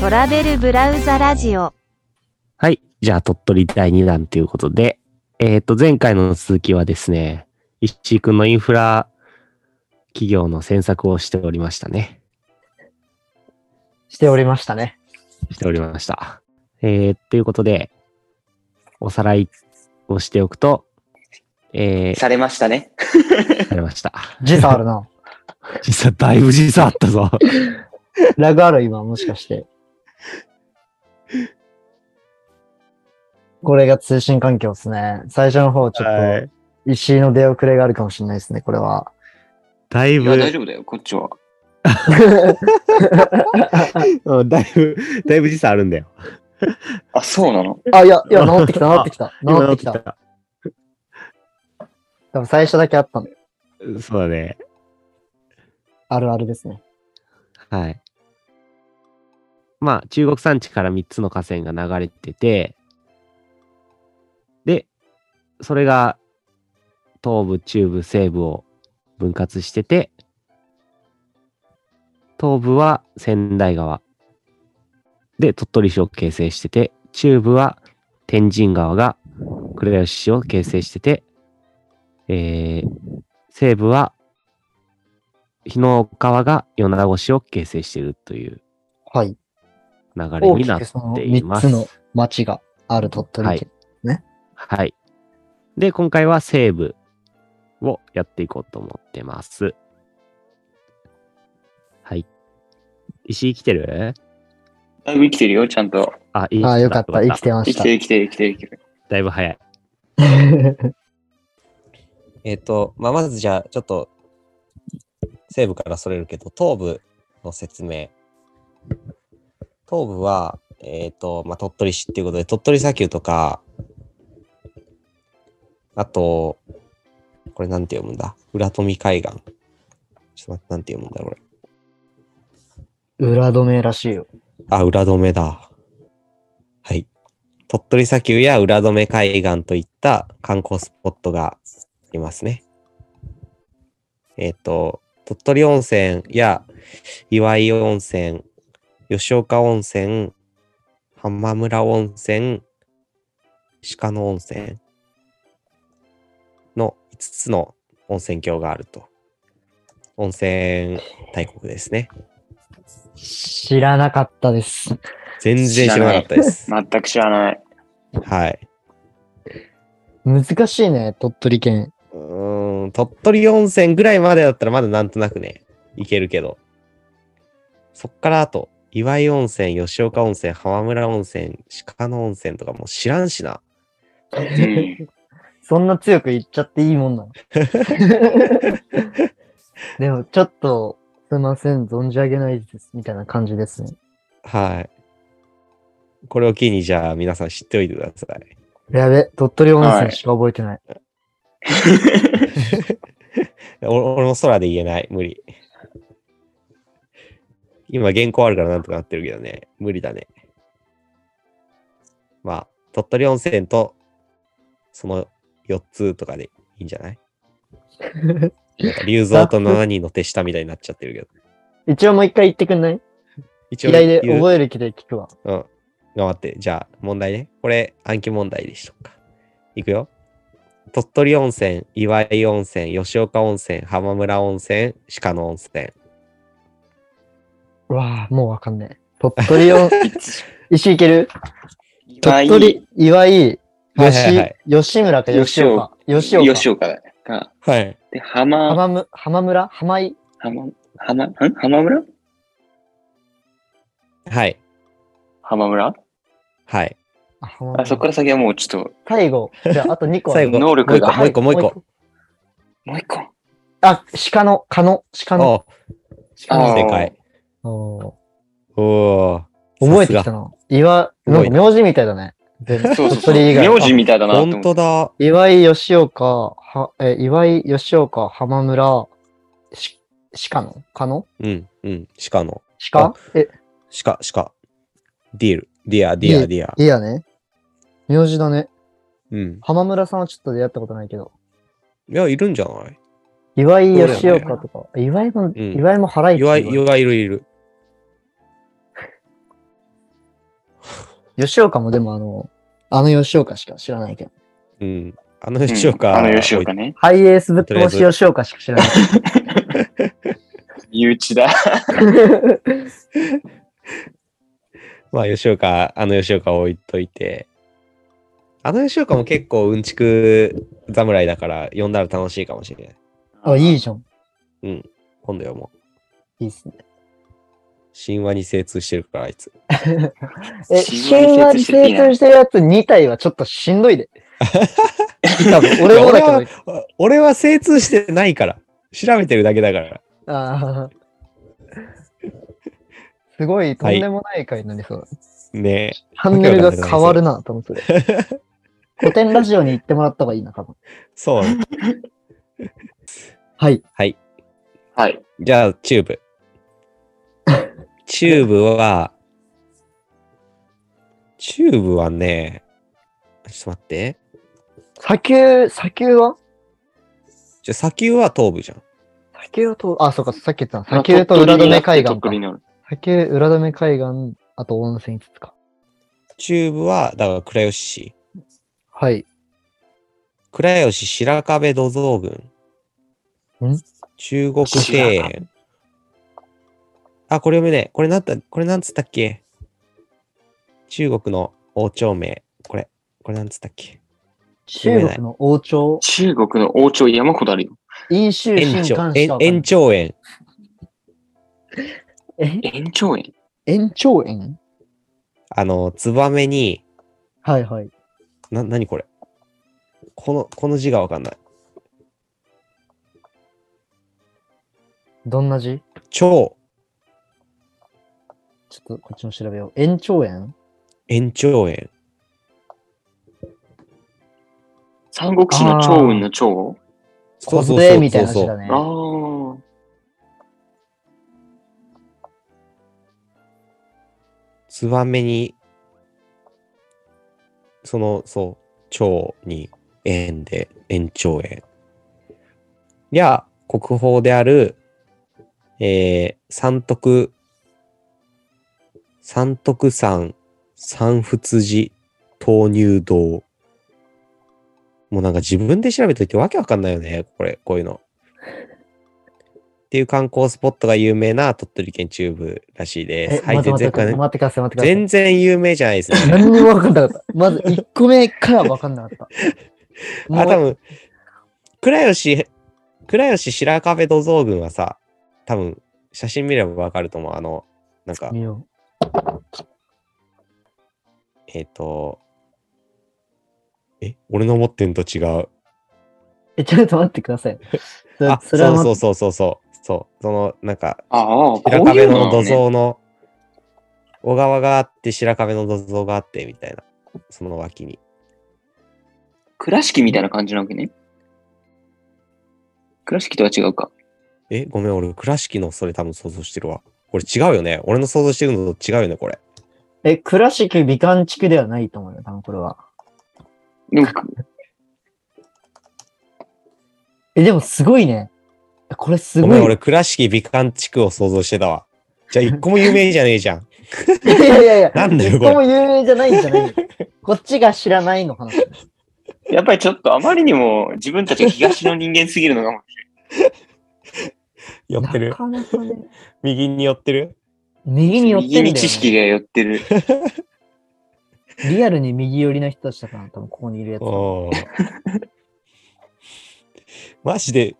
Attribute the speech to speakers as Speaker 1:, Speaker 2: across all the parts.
Speaker 1: トラベルブラウザラジオ。
Speaker 2: はい。じゃあ、鳥取第2弾ということで、えっ、と、前回の続きはですね、石井くんのインフラ企業の詮索をしておりましたね。
Speaker 3: しておりまし たね。
Speaker 2: しておりました。えー、ということで、おさらいをしておくと、え
Speaker 4: されまし たね。
Speaker 2: ー、されま した。
Speaker 3: 時差あるな。
Speaker 2: 実際、だいぶ時差あったぞ。
Speaker 3: ラグある今、もし かして。これが通信環境ですね。最初の方、ちょっ
Speaker 2: い。
Speaker 3: と、石井の出遅れがあるかもしれないですね、こ れは。
Speaker 2: だい
Speaker 4: いや、大
Speaker 2: ぶ、
Speaker 4: 丈夫だよ、こっちは。
Speaker 2: うんだいぶ、だいぶ時差あるんだよ。
Speaker 4: あ、そうなの
Speaker 3: あ、いや、いや、治ってきた、治ってきた、治ってき
Speaker 2: 今治
Speaker 3: た
Speaker 2: っ。た
Speaker 3: 多分最初だけあったんだよ
Speaker 2: そうだね。
Speaker 3: あるあるですね。
Speaker 2: はい。まあ、中国山地から3つの河川が流れてて、で、それが東部、中部、西部を分割してて、東部は仙台川で鳥取市を形成してて、中部は天神川が倉吉市を形成してて、えー、西部は日野川が米子市を形成しているという
Speaker 3: はい。
Speaker 2: 流れ
Speaker 3: 大
Speaker 2: になっ
Speaker 3: きくその
Speaker 2: てい
Speaker 3: 3
Speaker 2: ます。
Speaker 3: つの町がある鳥取県。
Speaker 2: はい。で、今回は西部をやっていこうと思ってます。はい。石井来てる
Speaker 4: だいぶ生きてるよ、ちゃんと。
Speaker 2: あ、いい
Speaker 3: ああ、よかった、生きてま
Speaker 4: 生
Speaker 3: し
Speaker 4: き
Speaker 3: た
Speaker 4: て。る、生きてる、生きてる、生きてる。
Speaker 2: だいぶ早い。
Speaker 5: えっ、と、まあ、まずじゃあ、ちょっと、西部からそれるけど、東部の説明。東部は、えっ、と、まあ、鳥取市っていうことで、鳥取砂丘とか、あと、これなんて読むんだ浦富海岸。ちょっと待って、なんて読むんだこれ。
Speaker 3: 裏止めらしいよ。
Speaker 5: あ、裏止めだ。はい。鳥取砂丘や裏止め海岸といった観光スポットがありますね。えっ、と、鳥取温泉や岩井温泉、吉岡温泉、浜村温泉、鹿野温泉の5つの温泉郷があると。温泉大国ですね。
Speaker 3: 知らなかったです。
Speaker 5: 全然知らなかったです。
Speaker 4: 全く知らない。
Speaker 5: はい。
Speaker 3: 難しいね、鳥取県。
Speaker 5: うーん、鳥取温泉ぐらいまでだったらまだなんとなくね、いけるけど。そっからあと、岩井温泉、吉岡温泉、浜村温泉、鹿野温泉とかもう知らんしな。
Speaker 4: うん。
Speaker 3: そんな強く言っちゃっていいもんな のでも、ちょっと、すいません、存じ上げないです、みたいな感じですね。
Speaker 5: はい。これを機にじゃあ皆さん知っておいてください。
Speaker 3: やべ、鳥取温
Speaker 4: は
Speaker 3: 泉
Speaker 4: い
Speaker 3: しか覚えてない。
Speaker 5: お俺も空で言えない。無理。今原稿あるからなんとかなってるけどね。無理だね。まあ、鳥取温泉とその4つとかでいいんじゃないなんか竜蔵と7人の手下みたいになっちゃってるけど。
Speaker 3: 一応もう一回言ってくんない
Speaker 5: 一
Speaker 3: 嫌いで
Speaker 5: 言う
Speaker 3: 覚える気で聞くわ。
Speaker 5: うん。頑張って。じゃあ、問題ね。これ、暗記問題でしょうか。いくよ。鳥取温泉、岩井温泉、吉岡温泉、浜村温泉、鹿野温泉。
Speaker 3: うわあ、もうわかんない。鳥取 温石いける
Speaker 4: 岩
Speaker 3: 鳥
Speaker 4: 井
Speaker 3: 取、岩井、
Speaker 5: はい
Speaker 3: 吉、
Speaker 5: はいはい
Speaker 3: 吉村か吉岡。吉岡。
Speaker 4: 吉岡だか。
Speaker 5: はい。
Speaker 4: で、浜、
Speaker 3: 浜む浜村浜井。
Speaker 4: 浜、浜、ん浜村
Speaker 5: はい。
Speaker 4: 浜村
Speaker 5: はい。
Speaker 3: あ浜村
Speaker 4: あ、そっから先はもうちょっと、
Speaker 3: 最後。じゃあ、あと2個ある。
Speaker 5: 最後
Speaker 4: 能力が
Speaker 5: もう一個、もう一個、もう一個。
Speaker 4: もう一個。
Speaker 3: あ、鹿の、蚊の、鹿の。
Speaker 5: お
Speaker 4: あー
Speaker 5: 正解。
Speaker 3: お
Speaker 5: おお
Speaker 3: ー覚えてきたな。岩、なんか名字みたいだね。
Speaker 4: そうそうそう。
Speaker 3: 鳥取以外
Speaker 4: 名字みたいだなと思
Speaker 5: 本
Speaker 4: って。
Speaker 5: 当だ。
Speaker 3: 岩井吉岡、はえ岩井吉岡、浜村、し、鹿の蚊の
Speaker 5: うん、うん。鹿野。
Speaker 3: 鹿
Speaker 5: あ
Speaker 3: え、
Speaker 5: 鹿、鹿。ディール。ディア、ディア、ディア。
Speaker 3: いいやね。名字だね。
Speaker 5: うん。
Speaker 3: 浜村さんはちょっと出会ったことないけど。
Speaker 5: いや、いるんじゃない
Speaker 3: 岩井吉岡とか、岩井も、
Speaker 5: ん
Speaker 3: 岩井も腹い
Speaker 5: 岩井、岩井いる、いる。
Speaker 3: 吉岡もでもあの、あの吉岡しか知らないけど。
Speaker 5: うん。あの吉岡、
Speaker 4: あの吉岡ね。
Speaker 3: ハイエースぶっ通し吉岡しか知らない。
Speaker 4: 身内だ。
Speaker 5: まあ、吉岡、あの吉岡置いといて、あの吉岡も結構うんちく侍だから、呼んだら楽しいかもしれない。
Speaker 3: あ、いいじゃん。
Speaker 5: 今度読もう。
Speaker 3: いいっすね。
Speaker 5: 神話に精通してるから、あいつ。
Speaker 3: え、神話に精通してるやつ2体はちょっとしんどい で。多分俺もだけど。
Speaker 5: あ俺は精通してないから。調べてるだけだから。
Speaker 3: あーすごい、とんでもない回になりそう。
Speaker 5: ね
Speaker 3: チャンネルが変わるな、多分 それ。古典ラジオに行ってもらった方がいいな、多分。
Speaker 5: え。そう。
Speaker 3: はい。
Speaker 4: はい。
Speaker 5: じゃあ、チューブ。チューブは、チューブはね、ちょっと待って。
Speaker 3: 砂丘、砂丘は
Speaker 5: じゃあ、砂丘は東部じゃん。
Speaker 3: 砂丘と、あ、そうか、さっき言ってた。砂丘と裏留海岸
Speaker 4: 鳥
Speaker 3: か
Speaker 4: 取。になる。
Speaker 3: 砂丘、裏留海岸、あと温泉5つか。
Speaker 5: チューブは、だから倉吉市。
Speaker 3: はい。
Speaker 5: 倉吉白壁土蔵群。
Speaker 3: ん
Speaker 5: 中国庭園。あ、これ読めねえ。これなんだ、これなんつったっけ中国の王朝名。これ、これなんつったっけ
Speaker 3: 中国の王朝、
Speaker 4: 中国の王朝山ほどあるよ。
Speaker 3: 飲酒
Speaker 5: 延
Speaker 3: 新
Speaker 5: 長
Speaker 3: 官、
Speaker 5: 延
Speaker 3: 者。
Speaker 5: 延長園。
Speaker 3: え
Speaker 4: 延長園
Speaker 3: 延長園
Speaker 5: あの、ツバメに、
Speaker 3: はいはい。
Speaker 5: な、なにこれこの、この字がわかんない。
Speaker 3: どんな字
Speaker 5: 超、
Speaker 3: ちょっとこっちも調べよう。延長園
Speaker 5: 延長園。
Speaker 4: 三国志の長雲の長
Speaker 5: そうそう
Speaker 3: コス
Speaker 5: そ
Speaker 3: プレ
Speaker 5: う
Speaker 3: みた
Speaker 5: そ
Speaker 3: いうな字
Speaker 5: そ
Speaker 3: だ
Speaker 5: う。
Speaker 3: ね
Speaker 4: あ。あ。
Speaker 5: ツバメに、その、そう、蝶に円で、延長円。や、国宝である、えー、三徳、三徳山、三仏寺、豆乳堂。もうなんか自分で調べといてわけわかんないよね、これ、こういうの。っていう観光スポットが有名な鳥取県中部らしいです。
Speaker 3: え、
Speaker 5: はい、
Speaker 3: 待って
Speaker 5: 全
Speaker 3: 待っ
Speaker 5: 然
Speaker 3: て待ってください、待ってください。
Speaker 5: 全然有名じゃないですね。
Speaker 3: 何にも分かんなかった。まず1個目から分かんなかった。 も
Speaker 5: あ、多
Speaker 3: う
Speaker 5: 分、倉吉、倉吉白壁土蔵群はさ、多分、写真見ればわかると思う。あの、なんか、
Speaker 3: 見よ
Speaker 5: えっ、と、え、俺の思ってんと違う。
Speaker 3: う。え、ちょっと待ってください。それ
Speaker 5: あ、
Speaker 3: それは
Speaker 5: そ
Speaker 3: 待
Speaker 5: う
Speaker 3: っ
Speaker 5: そうそうそうそう。そう、その、なんか、
Speaker 4: ああ、こう
Speaker 5: 白
Speaker 4: い
Speaker 5: 壁
Speaker 4: うの
Speaker 5: の
Speaker 4: なのね。
Speaker 5: 土蔵の、小川があって、白壁の土蔵があって、みたいな。その脇に。
Speaker 4: 倉敷みたいな感じなわけね。倉敷とは違うか。
Speaker 5: え、ごめん、俺、倉敷のそれ多分想像してるわ。これ違うよね。俺の想像してるのと違うよね、これ。
Speaker 3: え、倉敷美観地区ではないと思うよ、多分これは。
Speaker 4: でも、
Speaker 3: え、でもすごいね。これす
Speaker 5: ご
Speaker 3: ご
Speaker 5: めん、
Speaker 3: い。
Speaker 5: 俺、倉敷美観地区を想像してたわ。じゃあ、一個も有名じゃねえじゃん。
Speaker 3: いやいやいや、
Speaker 5: なんだよ
Speaker 3: 一
Speaker 5: これ
Speaker 3: 個も有名じゃないんじゃないこっちが知らないの話。
Speaker 4: やっぱりちょっとあまりにも自分たちが東の人間すぎるのかも。
Speaker 5: 寄ってる
Speaker 3: な。かなか ね。
Speaker 5: 右に寄ってる。
Speaker 3: 右に寄って
Speaker 4: 右
Speaker 3: るんだ
Speaker 4: に
Speaker 3: よ、
Speaker 4: 知識
Speaker 3: ね。
Speaker 4: が寄ってる。
Speaker 3: リアルに右寄りの人たちだから、多分ここにいるやつ。
Speaker 5: おーマジで、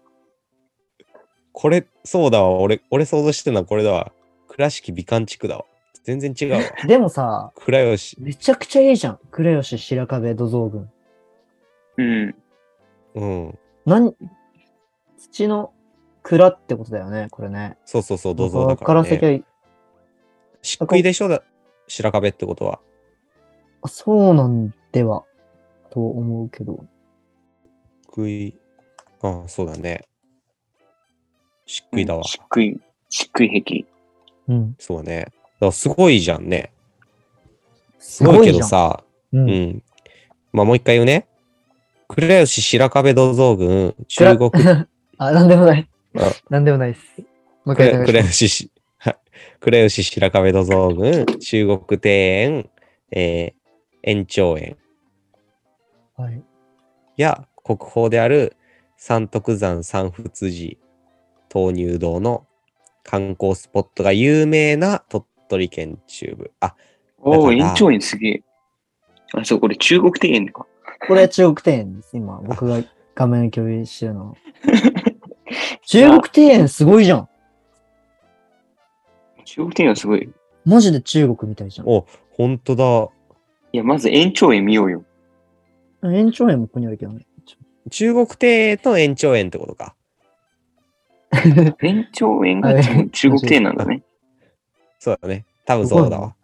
Speaker 5: これ、そうだわ。俺、俺想像してるのはこれだわ。倉敷美観地区だわ。全然違うわ。
Speaker 3: でもさ、
Speaker 5: 倉吉。
Speaker 3: めちゃくちゃいいじゃん。倉吉白壁土蔵群。
Speaker 4: うん。
Speaker 5: うん。
Speaker 3: なん、土の蔵ってことだよね、これね。
Speaker 5: そうそうそう、土蔵だから、
Speaker 3: 僕はら
Speaker 5: ね。
Speaker 3: 先は
Speaker 5: 漆喰でしょだ。白壁ってことは。
Speaker 3: あそうなんでは、と思うけど。
Speaker 5: 漆喰。ああ、そうだね。漆喰だわ。
Speaker 4: しっくい、しっくい壁。
Speaker 3: うん。
Speaker 5: そうね。だからすごいじゃんね。
Speaker 3: す
Speaker 5: すごいけど。さ、
Speaker 3: う。
Speaker 5: うんん。まあ、もう一回言うね。倉吉白壁土蔵群、中国、
Speaker 3: あ、なんでもない
Speaker 5: あ。
Speaker 3: なんでもないです。もう一回お願
Speaker 5: 倉
Speaker 3: いしま
Speaker 5: 倉吉し、はい倉吉白壁土蔵群、中国庭園、えー延長園
Speaker 3: はい。
Speaker 5: や国宝である三徳山三仏寺豆乳堂の観光スポットが有名な鳥取県中部。あ、
Speaker 4: おお、
Speaker 5: だから
Speaker 4: 延長園すげえ。あ、そう、これ中国庭園か。
Speaker 3: これは中国庭園です。今、僕が画面を共有してる のは。中国庭園すごいじゃん。
Speaker 4: 中国庭園はすごい。
Speaker 3: マジで中国みたいじゃん。
Speaker 5: お、本当だ。
Speaker 4: いや、まず延長園見ようよ。
Speaker 3: 延長園もここにあるけどね。
Speaker 5: 中国庭園の延長園ってことか。
Speaker 4: 延長園が
Speaker 3: あれ
Speaker 4: 中国庭園なんだね。
Speaker 5: そうだね。多分そうだわ。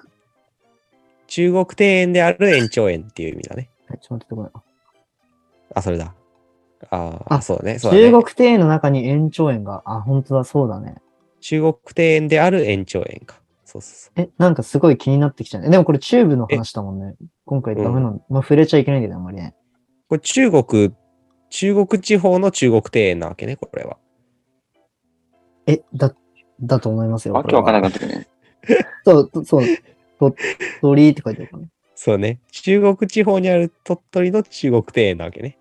Speaker 5: 中国庭園である延長園っていう意味だね。
Speaker 3: はいちょっと待って、こ
Speaker 5: あ、それだ。あ
Speaker 3: あ
Speaker 5: あ、そうだね。そうだ
Speaker 3: れ。
Speaker 5: ね
Speaker 3: 中国庭園の中に延長園が、あ、本当だ、そうだね。
Speaker 5: 中国庭園である延長園か。そうそうそう。
Speaker 3: え、なんかすごい気になってきちゃうね。でもこれチューブの話だもんね。今回ダメなの。まあ触れちゃいけないんだけど、あんまりね。
Speaker 5: これ中国、中国地方の中国庭園なわけね、これは。
Speaker 3: え、だ、だと思いますよ。
Speaker 4: わ
Speaker 3: こ
Speaker 4: け
Speaker 3: れは
Speaker 4: わからなかったよね。
Speaker 3: そう、とそう、鳥取って書いてあるからね。
Speaker 5: そうね。中国地方にある鳥取の中国庭園なわけね。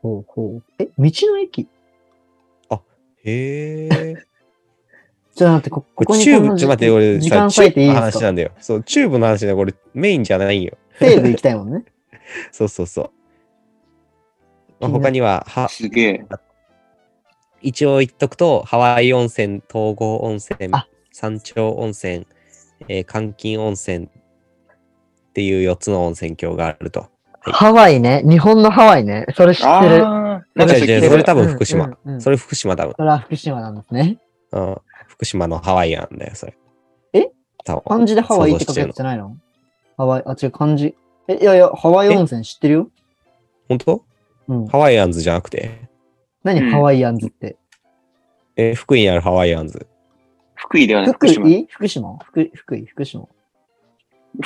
Speaker 3: ほうほう。え、道の駅
Speaker 5: へえ。
Speaker 3: じゃあ、待って、こ、こ
Speaker 5: こ
Speaker 3: こ
Speaker 5: れ
Speaker 3: に
Speaker 5: チュー
Speaker 3: この
Speaker 5: ブ、ち
Speaker 3: じ
Speaker 5: ょ、待って、俺、
Speaker 3: 時
Speaker 5: さ
Speaker 3: 間割いていい
Speaker 5: チューブの
Speaker 3: です
Speaker 5: 話
Speaker 3: か
Speaker 5: なんだよ。そう、チューブの話だよ。これ、メインじゃないよ。
Speaker 3: 西部行きたいもんね。
Speaker 5: そうそうそう。まあ、
Speaker 3: 気になる
Speaker 5: 他には、は、
Speaker 4: すげえ。
Speaker 5: 一応言っとくと、ハワイ温泉、東郷温泉
Speaker 3: あ、
Speaker 5: 山頂温泉、えー監禁温泉っていう4つの温泉郷があると。
Speaker 3: ハワイね。日本のハワイね。それ知ってる。
Speaker 4: ああ、
Speaker 5: 違う
Speaker 4: それ聞い
Speaker 5: 違う
Speaker 4: た
Speaker 5: そ
Speaker 4: こ
Speaker 5: れ
Speaker 4: とあ
Speaker 5: 多
Speaker 4: る
Speaker 5: 分福
Speaker 3: う
Speaker 5: 島
Speaker 3: ん。うんうん
Speaker 5: それ福島多分。
Speaker 3: それは福島なんですね。
Speaker 5: うん。福島のハワイアンだよ、それ。
Speaker 3: え
Speaker 5: 多分
Speaker 3: 漢字でハワイって書くやつじゃないのハワイ、あ、違う、漢字。え、いやいや、ハワイ温泉知ってるよ。
Speaker 5: 本当
Speaker 3: うん。
Speaker 5: ハワイアンズじゃなくて、
Speaker 3: 何
Speaker 4: うん
Speaker 3: ハワイアンズって。
Speaker 5: えー福井にあるハワイアンズ。
Speaker 4: 福井ではなく
Speaker 3: 福
Speaker 4: 福島。
Speaker 3: 井福島福福井福島。
Speaker 5: あ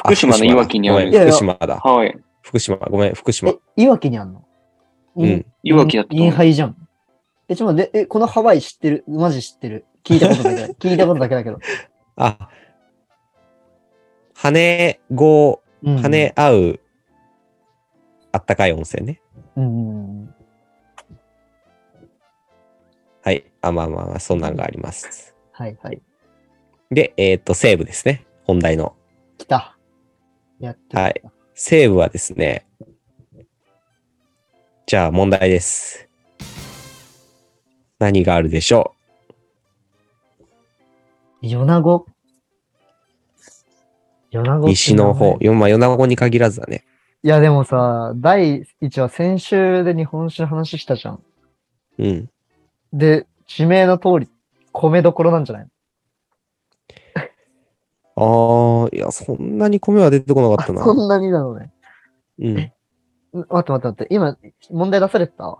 Speaker 4: 福島のいわきにあ
Speaker 5: ご
Speaker 4: る
Speaker 3: い。やい
Speaker 5: めん
Speaker 3: や
Speaker 5: 福島だ。
Speaker 4: ハワイ。
Speaker 5: 福島、ごめん、福島
Speaker 3: え。、いわきにあんの
Speaker 5: うん。。
Speaker 4: いわきだったと
Speaker 3: イ
Speaker 4: 思
Speaker 3: ン
Speaker 4: う。
Speaker 3: ハイじゃん。え、ちょっと待って、え、このハワイ知ってるマジ知ってる。聞いたことだけど。聞いたことだけだけど。
Speaker 5: あ、羽ご、
Speaker 3: うん。
Speaker 5: 跳ね合う、あったかい温泉ね。
Speaker 3: うん。うん。
Speaker 5: はい。あ、まあまあまあ、そんなんがあります。
Speaker 3: はいはい。
Speaker 5: で、えっ、と、西部ですね。本題の。
Speaker 3: 来た。やってきた
Speaker 5: はい。西部はですね、じゃあ問題です。何があるでしょ
Speaker 3: 米子。米
Speaker 5: う
Speaker 3: 子。
Speaker 5: 西の方。。よまあ、米子に限らずだね。
Speaker 3: いや、でもさ、第1話、先週で日本酒の話したじゃん。
Speaker 5: うん。
Speaker 3: で、地名の通り、米どころなんじゃない
Speaker 5: ああ、いや、そんなに米は出てこなかったな。
Speaker 3: そんなになのね。
Speaker 5: うん。
Speaker 3: ん待って待って待って、今、問題出されてた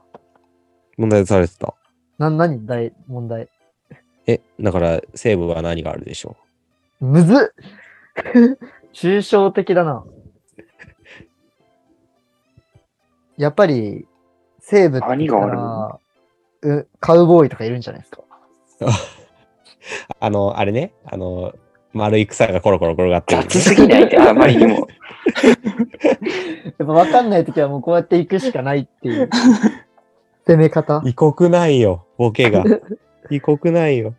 Speaker 5: 問題されてた。
Speaker 3: な、何題、問題。
Speaker 5: え、だから、西部は何があるでしょ
Speaker 3: むずっ 抽象的だな。やっぱり、西部って言った
Speaker 4: 何
Speaker 3: ら
Speaker 4: が、
Speaker 3: うカウボーイとかいるんじゃないですか。
Speaker 5: うあの、あれね。あの、丸い草がコロコロ転がってる、
Speaker 4: 雑すぎない あまりにも。
Speaker 3: やっぱ分かんないときはもうこうやって行くしかないっていう 攻め方。
Speaker 5: 異国ないよ、ボ ケが。異国ないよ。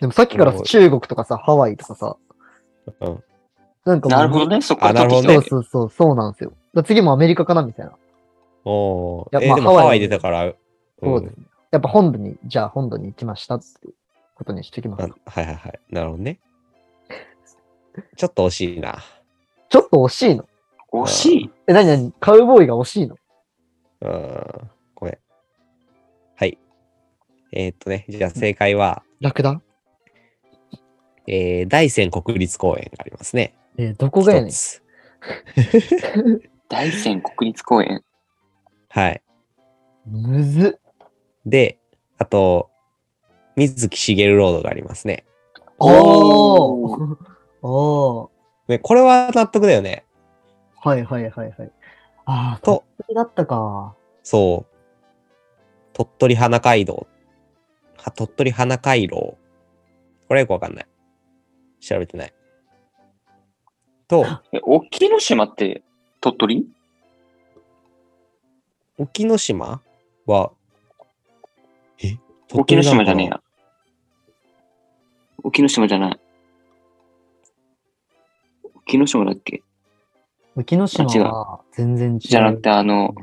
Speaker 3: でもさっきから
Speaker 5: もう
Speaker 3: 中国とかさ、ハワイとかさ、
Speaker 5: うん。
Speaker 3: なんかもう
Speaker 4: なるほどね、そこから
Speaker 5: あなるほど
Speaker 3: そう
Speaker 4: 取ってき
Speaker 3: そうそう、そうなんですよ。だから次もアメリカかなみたいな。
Speaker 5: おー
Speaker 3: いや
Speaker 5: え
Speaker 3: まあ
Speaker 5: でも
Speaker 3: ハワイ
Speaker 5: ハワイ出たから、
Speaker 3: そうですね。やっぱ本土に、じゃあ本土に行きましたっていうことにしてきます
Speaker 5: あ。はいはいはい。なるほどね。ちょっと惜しいな。
Speaker 3: ちょっと惜しいの
Speaker 4: た惜しい。
Speaker 3: え、なになにカウボーイが惜しいの
Speaker 5: うん。ごめん。はい。えーっとね、じゃあ正解は、
Speaker 3: ラクダ
Speaker 5: えー大山国立公園がありますね。
Speaker 3: えーどこがやねん
Speaker 5: 一。つ
Speaker 4: 大山国立公園。
Speaker 5: はい。
Speaker 3: むずっ。
Speaker 5: で、あと、水木しげるロードがありますね。
Speaker 3: お
Speaker 4: お
Speaker 3: ーおー
Speaker 5: ねこれは納得だよね。
Speaker 3: はいはいはいはい。ああ、
Speaker 5: と、
Speaker 3: 鳥取だったか。
Speaker 5: そう。鳥取花街道。は鳥取花回廊。これはよくわかんない。調べてない。と、
Speaker 4: え沖ノ島って鳥取
Speaker 5: 沖ノ島は、え
Speaker 4: 沖ノ島じゃねえ
Speaker 5: や。
Speaker 4: や。沖ノ島じゃない。沖ノ島だっけ
Speaker 3: 沖ノ島は全然違う。
Speaker 4: じゃなくて、あの、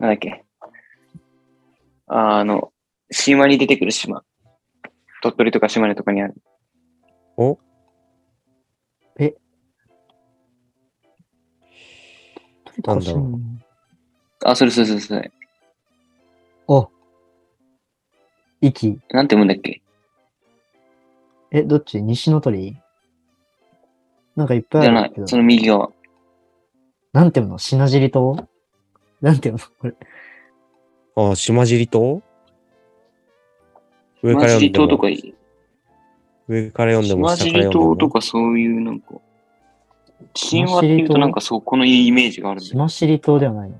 Speaker 4: なんだっけ。ああの、神話に出てくる島。鳥取とか島根とかにある。
Speaker 5: なんだろ
Speaker 4: あ、それそれそれそれ。
Speaker 3: あ、息。
Speaker 4: なんて読むんだっけ
Speaker 3: え、どっち西の鳥なんかいっぱ
Speaker 4: じ
Speaker 3: い
Speaker 4: ゃ
Speaker 3: あ
Speaker 4: な
Speaker 3: る
Speaker 4: い
Speaker 3: け。ど。
Speaker 4: その右側。
Speaker 3: なんていうの品尻島なんていうのこれ。
Speaker 5: う。あ、島尻島上か
Speaker 4: マ
Speaker 5: ら
Speaker 4: ジ
Speaker 5: 読ん
Speaker 4: リ
Speaker 5: で
Speaker 4: 島と
Speaker 5: も
Speaker 4: か、いい。
Speaker 5: 上から読んでも
Speaker 4: マ
Speaker 5: 下
Speaker 4: ジ
Speaker 5: から
Speaker 4: リ
Speaker 5: 読んでも。
Speaker 4: 島とかそういうなんか、神話っていうとなんかそう、このイメージがあるんだよ。
Speaker 3: 島尻島ではないの。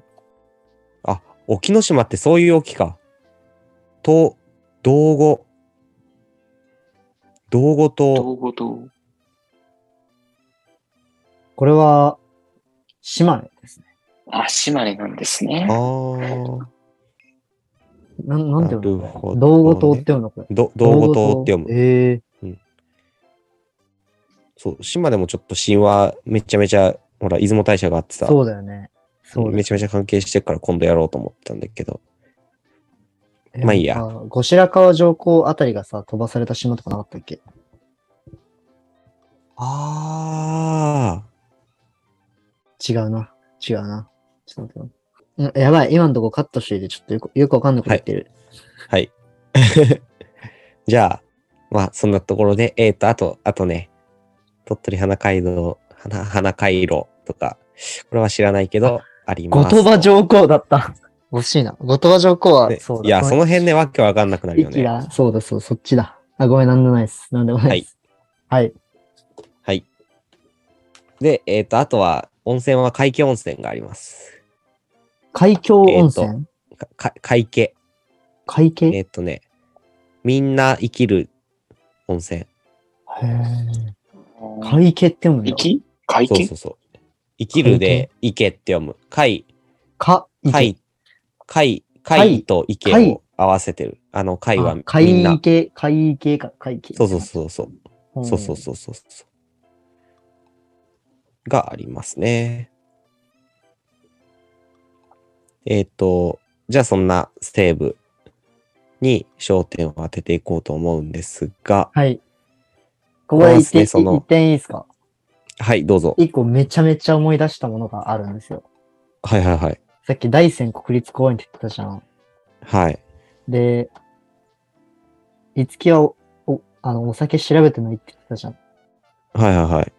Speaker 5: あ、沖ノ島ってそういう沖か。と、道後。道後島。
Speaker 4: 東郷島。
Speaker 3: これは、島根ですね。
Speaker 4: あ、島根なんですね
Speaker 5: あ。ー
Speaker 3: なん、なんていう
Speaker 5: なる
Speaker 3: の
Speaker 5: ほどね
Speaker 3: 道後島って読むのこれ。
Speaker 5: ど道後島って読む。
Speaker 3: ええ
Speaker 5: そう、島でもちょっと神話めちゃめちゃ、ほら、出雲大社があってさ、
Speaker 3: そうだよね。そうだ
Speaker 5: めちゃめちゃ関係してるから今度やろうと思ったんだけど。まあいいや
Speaker 3: なんか後白河上皇あたりがさ、飛ばされた島とかなかったっけ
Speaker 5: あ
Speaker 3: 違うな。違うな。ちょっと待ってようんやばい、今のとこカットしてて、ちょっとよくよくわかんなくなってる。
Speaker 5: ー。はい。 じゃあ、まあ、そんなところで、えっ、と、あと、あとね、鳥取花街道、花、花回路とか、これは知らないけど、あり
Speaker 3: 後
Speaker 5: ます。
Speaker 3: 鳥羽上皇だった。惜しいな。後鳥羽上皇は
Speaker 5: ね、
Speaker 3: そうだ。
Speaker 5: いや、その辺ね、わけわかんなくなるよ
Speaker 3: 息
Speaker 5: ね。
Speaker 3: だ。そうだ、そう、そっちだ。あ、ごめん、なんでもないです。なんでもないです。はい。
Speaker 5: はい。で、えっ、と、あとは、温泉は海峡温泉があります。
Speaker 3: 海峡温泉、
Speaker 5: えかか海峡。
Speaker 3: 海峡
Speaker 5: えっ、とね、みんな生きる温泉。
Speaker 3: へー海峡って読むんだ。
Speaker 4: 池海
Speaker 5: そう
Speaker 4: 池
Speaker 5: そうそう。生きるで、池って読む。海、
Speaker 3: か、
Speaker 5: 海、海、
Speaker 3: 海
Speaker 5: 海と池
Speaker 3: 海
Speaker 5: を合わせてる。あの、海は
Speaker 3: あ
Speaker 5: みん
Speaker 3: 海
Speaker 5: な。
Speaker 3: 池、海池か、海池。
Speaker 5: そうそうそうそう。
Speaker 3: うん
Speaker 5: そうそうそうそうそう。がありますね。えっ、と、じゃあそんな西部に焦点を当てていこうと思うんですが、
Speaker 3: はい。ここで言
Speaker 5: そうで
Speaker 3: っ
Speaker 5: すね
Speaker 3: て、
Speaker 5: その
Speaker 3: 一点いいですか
Speaker 5: はい、どうぞ。
Speaker 3: 一個めちゃめちゃ思い出したものがあるんですよ。
Speaker 5: はいはいはい。
Speaker 3: さっき大山国立公園って言ってたじゃん。
Speaker 5: はい。
Speaker 3: で、いつきはお、おあの、お酒調べてないって言ってたじゃん。
Speaker 5: はいはいはい。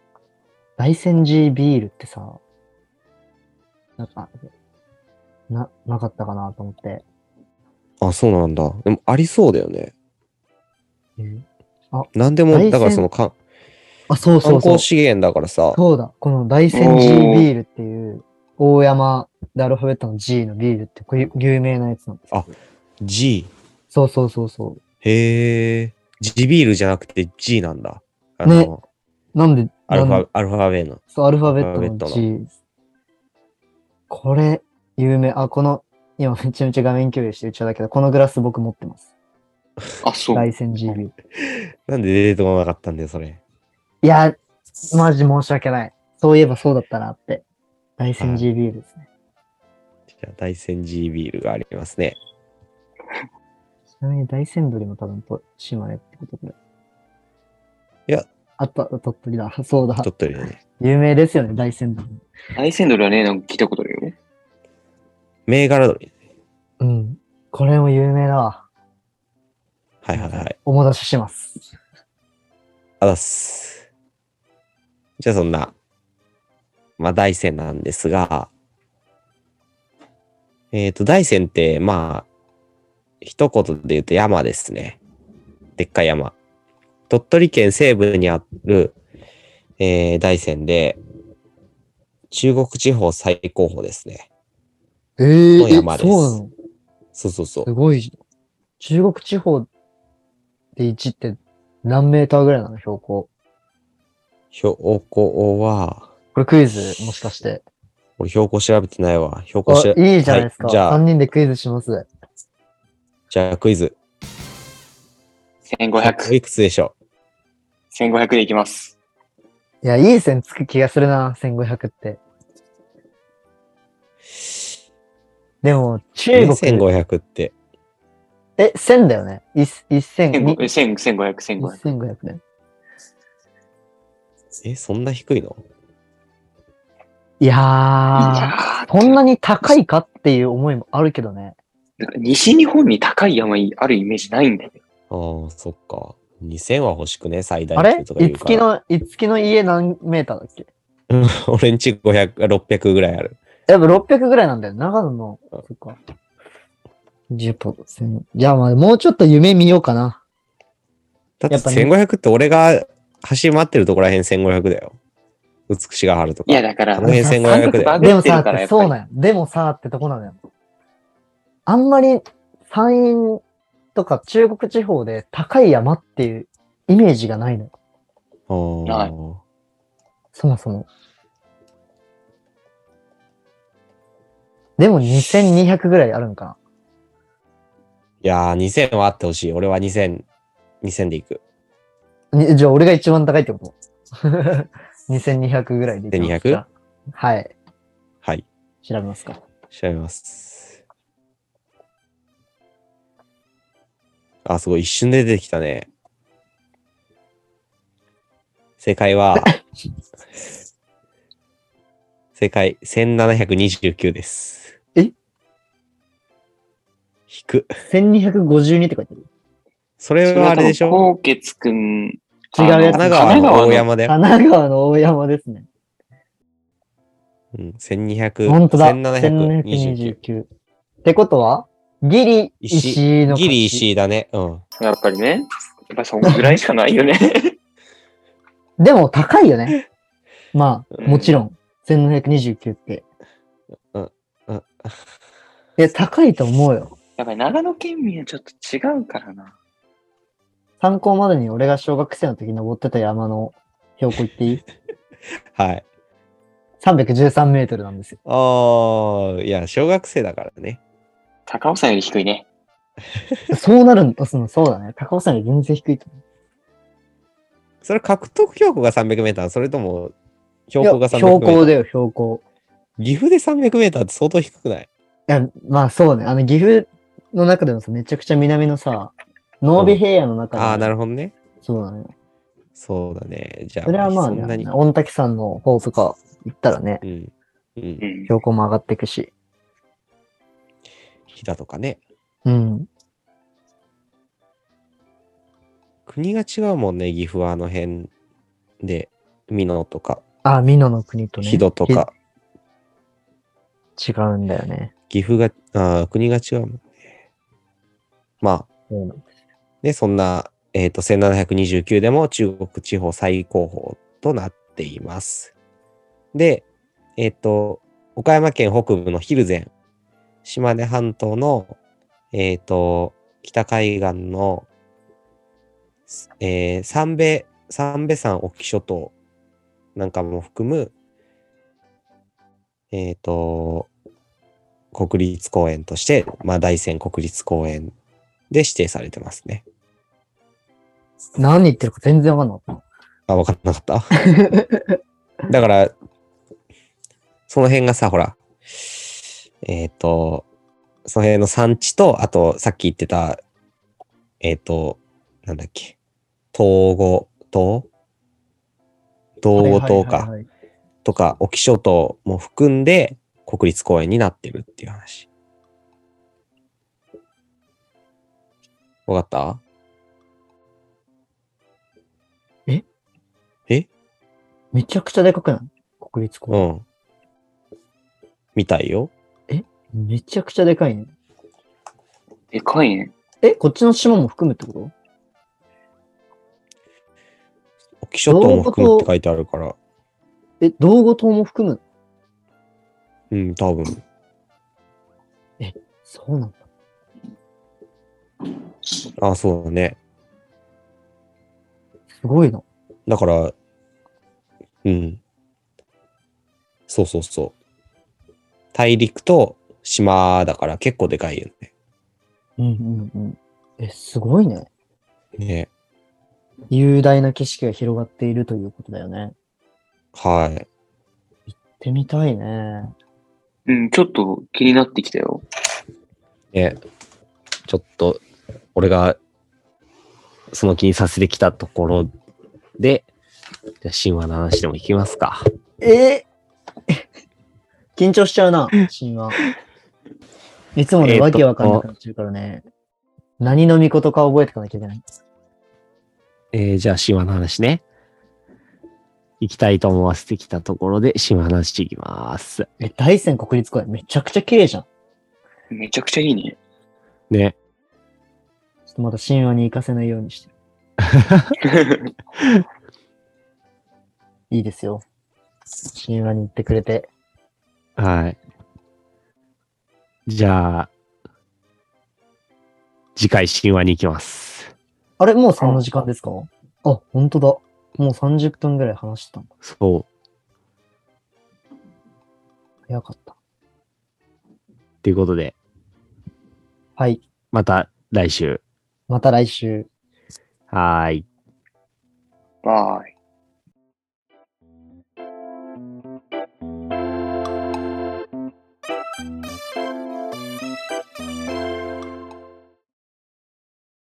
Speaker 3: 大山寺ビールってさ、なんか、な、なかったかなと思って。
Speaker 5: あ、そうなんだ。でもありそうだよね。なんで
Speaker 3: 大
Speaker 5: も、
Speaker 3: 山
Speaker 5: だからそのか
Speaker 3: あ、そうそ
Speaker 5: 観
Speaker 3: うそう
Speaker 5: 光。資源だからさ、
Speaker 3: そうだ。この大山寺ビールっていう、大山でアルファベットの G のビールってこれ有名なやつなんですよ
Speaker 5: あ G。
Speaker 3: そうそうそうそ
Speaker 5: へえ。G ビールじゃなくて G なんだ。あ
Speaker 3: ね
Speaker 5: の、
Speaker 3: う。なんで、
Speaker 5: アルフ
Speaker 3: なん
Speaker 5: ァ、アルファベの。
Speaker 3: そう、アルファベット
Speaker 5: アル
Speaker 3: の
Speaker 5: ファベ
Speaker 3: G。これ、有名。あ、この、今めちゃめちゃ画面共有して言っちゃうだけど、このグラス僕持ってます。
Speaker 4: あ、そう。
Speaker 3: 大山寺ビール。
Speaker 5: なんで出てこなかったんだよ、それ。
Speaker 3: いや、マジ申し訳ない。そういえばそうだったなって。大山寺ビールですね。
Speaker 5: じゃあ、大山 G ビールがありますね。
Speaker 3: ちなみに大山鳥も多分と島根ってことで。
Speaker 5: いや。
Speaker 3: あった、鳥取だ。そうだ。
Speaker 5: 鳥取だね。
Speaker 3: 有名ですよね、大山鳥。
Speaker 4: 大山鳥はね、なんか聞いたことあるよね。
Speaker 5: 銘柄鳥。
Speaker 3: うん。これも有名だわ。
Speaker 5: はいはいはい。
Speaker 3: おも出しします。
Speaker 5: あざっす。じゃあ、そんな、まあ、大山なんですが、えっ、と、大山って、まあ、一言で言うと山ですね。でっかい山。鳥取県西部にある、えー大山で、中国地方最高峰ですね。
Speaker 3: え
Speaker 5: の山です
Speaker 3: そうなの
Speaker 5: そうそうそう
Speaker 3: す。ごい。中国地方で1って何メーターぐらいなの標高。
Speaker 5: 標高は、
Speaker 3: これクイズ、もしかして。
Speaker 5: 俺標高調べてないわ。標
Speaker 3: あ
Speaker 5: 高しら
Speaker 3: いいじゃないですか。
Speaker 5: はいじゃ
Speaker 3: 3
Speaker 5: あ、
Speaker 3: 人でクイズします。
Speaker 5: じゃあクイズ。
Speaker 4: 1500。
Speaker 5: いくつでしょ
Speaker 4: 1500でいきます。
Speaker 3: いや、いい線つく気がするな、1500って。でも、
Speaker 5: う
Speaker 3: 中国。
Speaker 5: ?1500 って。
Speaker 3: え、1000だよね。い
Speaker 4: 1500
Speaker 3: 1500。
Speaker 4: 1500、1500。
Speaker 3: 1500ね。
Speaker 5: え、そんな低いの
Speaker 3: いや
Speaker 4: いや
Speaker 3: ー、
Speaker 4: ー
Speaker 3: こんなに高いかっていう思いもあるけどね。
Speaker 4: なんか西日本に高い山あるイメージないんだよね。
Speaker 5: ああ、そっか。2000は欲しくね、最大
Speaker 3: あれ
Speaker 5: 級とか言
Speaker 3: いうつ
Speaker 5: か
Speaker 3: き
Speaker 5: ら。
Speaker 3: の、いつきの家何メーターだっけ
Speaker 5: 俺んち500、600ぐらいある。
Speaker 3: やっぱ600ぐらいなんだよ。長野の、そっか。10歩、1000。じゃあまあ、もうちょっと夢見ようかな。
Speaker 5: だっ
Speaker 3: や
Speaker 5: て
Speaker 3: っぱね
Speaker 5: 1500って俺が走り回ってるとこらへん1500だよ。美しがはるとか。
Speaker 4: いや、だから、
Speaker 5: この辺1500
Speaker 4: 三角
Speaker 5: だよ
Speaker 4: バグ
Speaker 3: でも
Speaker 4: って
Speaker 3: さ、
Speaker 4: る
Speaker 3: っ
Speaker 4: からや
Speaker 3: て
Speaker 4: っぱり
Speaker 3: そうなんよ。でもさ、ってとこなのよ。あんまり山陰とか中国地方で高い山っていうイメージがないのよ。
Speaker 5: あー
Speaker 4: ない
Speaker 3: そもそも。でも2200ぐらいあるんかな。
Speaker 5: いやー、2000はあってほしい。俺は2000、2000でいく。
Speaker 3: にじゃあ俺が一番高いってこと ?2200 ぐらいでいきます
Speaker 5: 2200？
Speaker 3: はい。
Speaker 5: はい。
Speaker 3: 調べますか。
Speaker 5: 調べます。あ、すごい。一瞬で出てきたね。正解は、 正解、1729です。
Speaker 3: え
Speaker 5: 引く。
Speaker 3: 1252って書いてある。
Speaker 5: それはあれでし
Speaker 4: そ
Speaker 5: ょ
Speaker 4: 多分高血くん。違
Speaker 3: うやつ
Speaker 5: 神奈川の大山だよ。
Speaker 3: 神奈川の大山ですね。
Speaker 5: うん、1200。
Speaker 3: 本当だ。
Speaker 5: 1729。
Speaker 3: 1729。ってことは、ギリ
Speaker 5: 石
Speaker 3: 石井の勝ち
Speaker 5: ギリ石井だね。うん。
Speaker 4: やっぱりね。やっぱそんぐらいしかないよね。
Speaker 3: でも高いよ ね。まあ、
Speaker 4: うん
Speaker 3: もちろん。1729って。
Speaker 5: うんうん
Speaker 3: いや、高いと思うよ。
Speaker 4: やっぱり長野県民はちょっと違うからな。
Speaker 3: 参考までに俺が小学生の時登ってた山の標高行ってい い
Speaker 5: はい。
Speaker 3: ?313 メートルなんですよ。
Speaker 5: あー、いや、小学生だからね。
Speaker 4: 高尾山より低いね。
Speaker 3: そうなるんだ。そのそうだね。高尾山より全然低いと思う。
Speaker 5: それ獲得標高が300メーター、それとも標高が300メーター。
Speaker 3: 標高だよ、標高。
Speaker 5: 岐阜で300メーターって相当低くな
Speaker 3: い
Speaker 5: い
Speaker 3: や、まあそうね。あの、岐阜の中でもさ、めちゃくちゃ南のさ、濃尾平野の中で、
Speaker 5: ああー、な
Speaker 3: る
Speaker 5: るほどね。
Speaker 3: そうだね。
Speaker 5: そうだね。じゃあ、
Speaker 3: それはまあ
Speaker 5: そんなに
Speaker 3: ね、。御嶽山の方とか行ったらね、
Speaker 5: うん。うん
Speaker 4: う。ん。
Speaker 3: 標高も上がっていくし。
Speaker 5: 飛騨とかね。
Speaker 3: うん。
Speaker 5: 国が違うもんね、岐阜はあの辺で。美濃とか、
Speaker 3: あ、美濃の国とね。
Speaker 5: 飛騨とか。
Speaker 3: ひ。違うんだよね。
Speaker 5: 岐阜が、あー国が違うもんね。まあ、
Speaker 3: そうなん
Speaker 5: で、そんな、えっ、と、1729でも中国地方最高峰となっています。で、えっ、と、岡山県北部の蒜山、島根半島の、えっ、と、北海岸の、すえー、三瓶、三瓶山沖諸島なんかも含む、えっ、と、国立公園として、まあ、大山国立公園で指定されてますね。
Speaker 3: 何言ってるか全然わかんなかっ
Speaker 5: あ、分かんなかった。 だから、その辺がさ、ほら、えっ、と、その辺の産地と、あと、さっき言ってた、えっ、と、なんだっけ、東語島
Speaker 3: た。
Speaker 5: 東
Speaker 3: はいは
Speaker 5: 語島
Speaker 3: い
Speaker 5: か、
Speaker 3: はいはい
Speaker 5: とか、沖諸島も含んで、国立公園になってるっていう話。わかった
Speaker 3: めちゃくちゃでかくない国立公
Speaker 5: う
Speaker 3: 園。
Speaker 5: ん。みたいよ。
Speaker 3: めちゃくちゃでかいね。
Speaker 4: でかいね。
Speaker 3: え、こっちの島も含むってこと
Speaker 5: 沖諸島も含むって書いてあるから、
Speaker 3: え、道後島も含む
Speaker 5: うん、多分。
Speaker 3: そうなんだ。
Speaker 5: あ、そうだね。
Speaker 3: すごいな。
Speaker 5: だから、うん。そうそうそう。大陸と島だから結構でかいよね。
Speaker 3: うんうんうん。え、すごいね。
Speaker 5: ね。
Speaker 3: 雄大な景色が広がっているということだよね。
Speaker 5: はい。
Speaker 3: 行ってみたいね。
Speaker 4: うん、ちょっと気になってきたよ。
Speaker 5: ね。
Speaker 2: ちょっと、俺が、その気にさせてきたところで、じゃあ神話の話でもいきますか。
Speaker 3: え ー緊張しちゃうな、神話。いつも
Speaker 2: えー
Speaker 3: ね、
Speaker 2: と
Speaker 3: わけわかんなくなっちゃうからね。何の御事か覚えてかなきゃいけない。
Speaker 2: えーじゃあ神話の話ね。行きたいと思わせてきたところで神話の話していきます。
Speaker 3: え、大山国立公園、めちゃくちゃ綺麗じゃん。ちょ
Speaker 4: めちゃくちゃいいね。
Speaker 2: ね。
Speaker 3: っとまた神話に行かせないようにして。いいですよ。神話に行ってくれて。
Speaker 2: はい。じゃあ、次回神話に行きます。
Speaker 3: あれ、もうそんな時間ですかあ、本当だ。もう30分ぐらい話してたの。
Speaker 2: そう。
Speaker 3: 早かった。
Speaker 2: ということで、
Speaker 3: はい。
Speaker 2: また来週。
Speaker 3: また来週。
Speaker 2: はーい。
Speaker 4: バイ。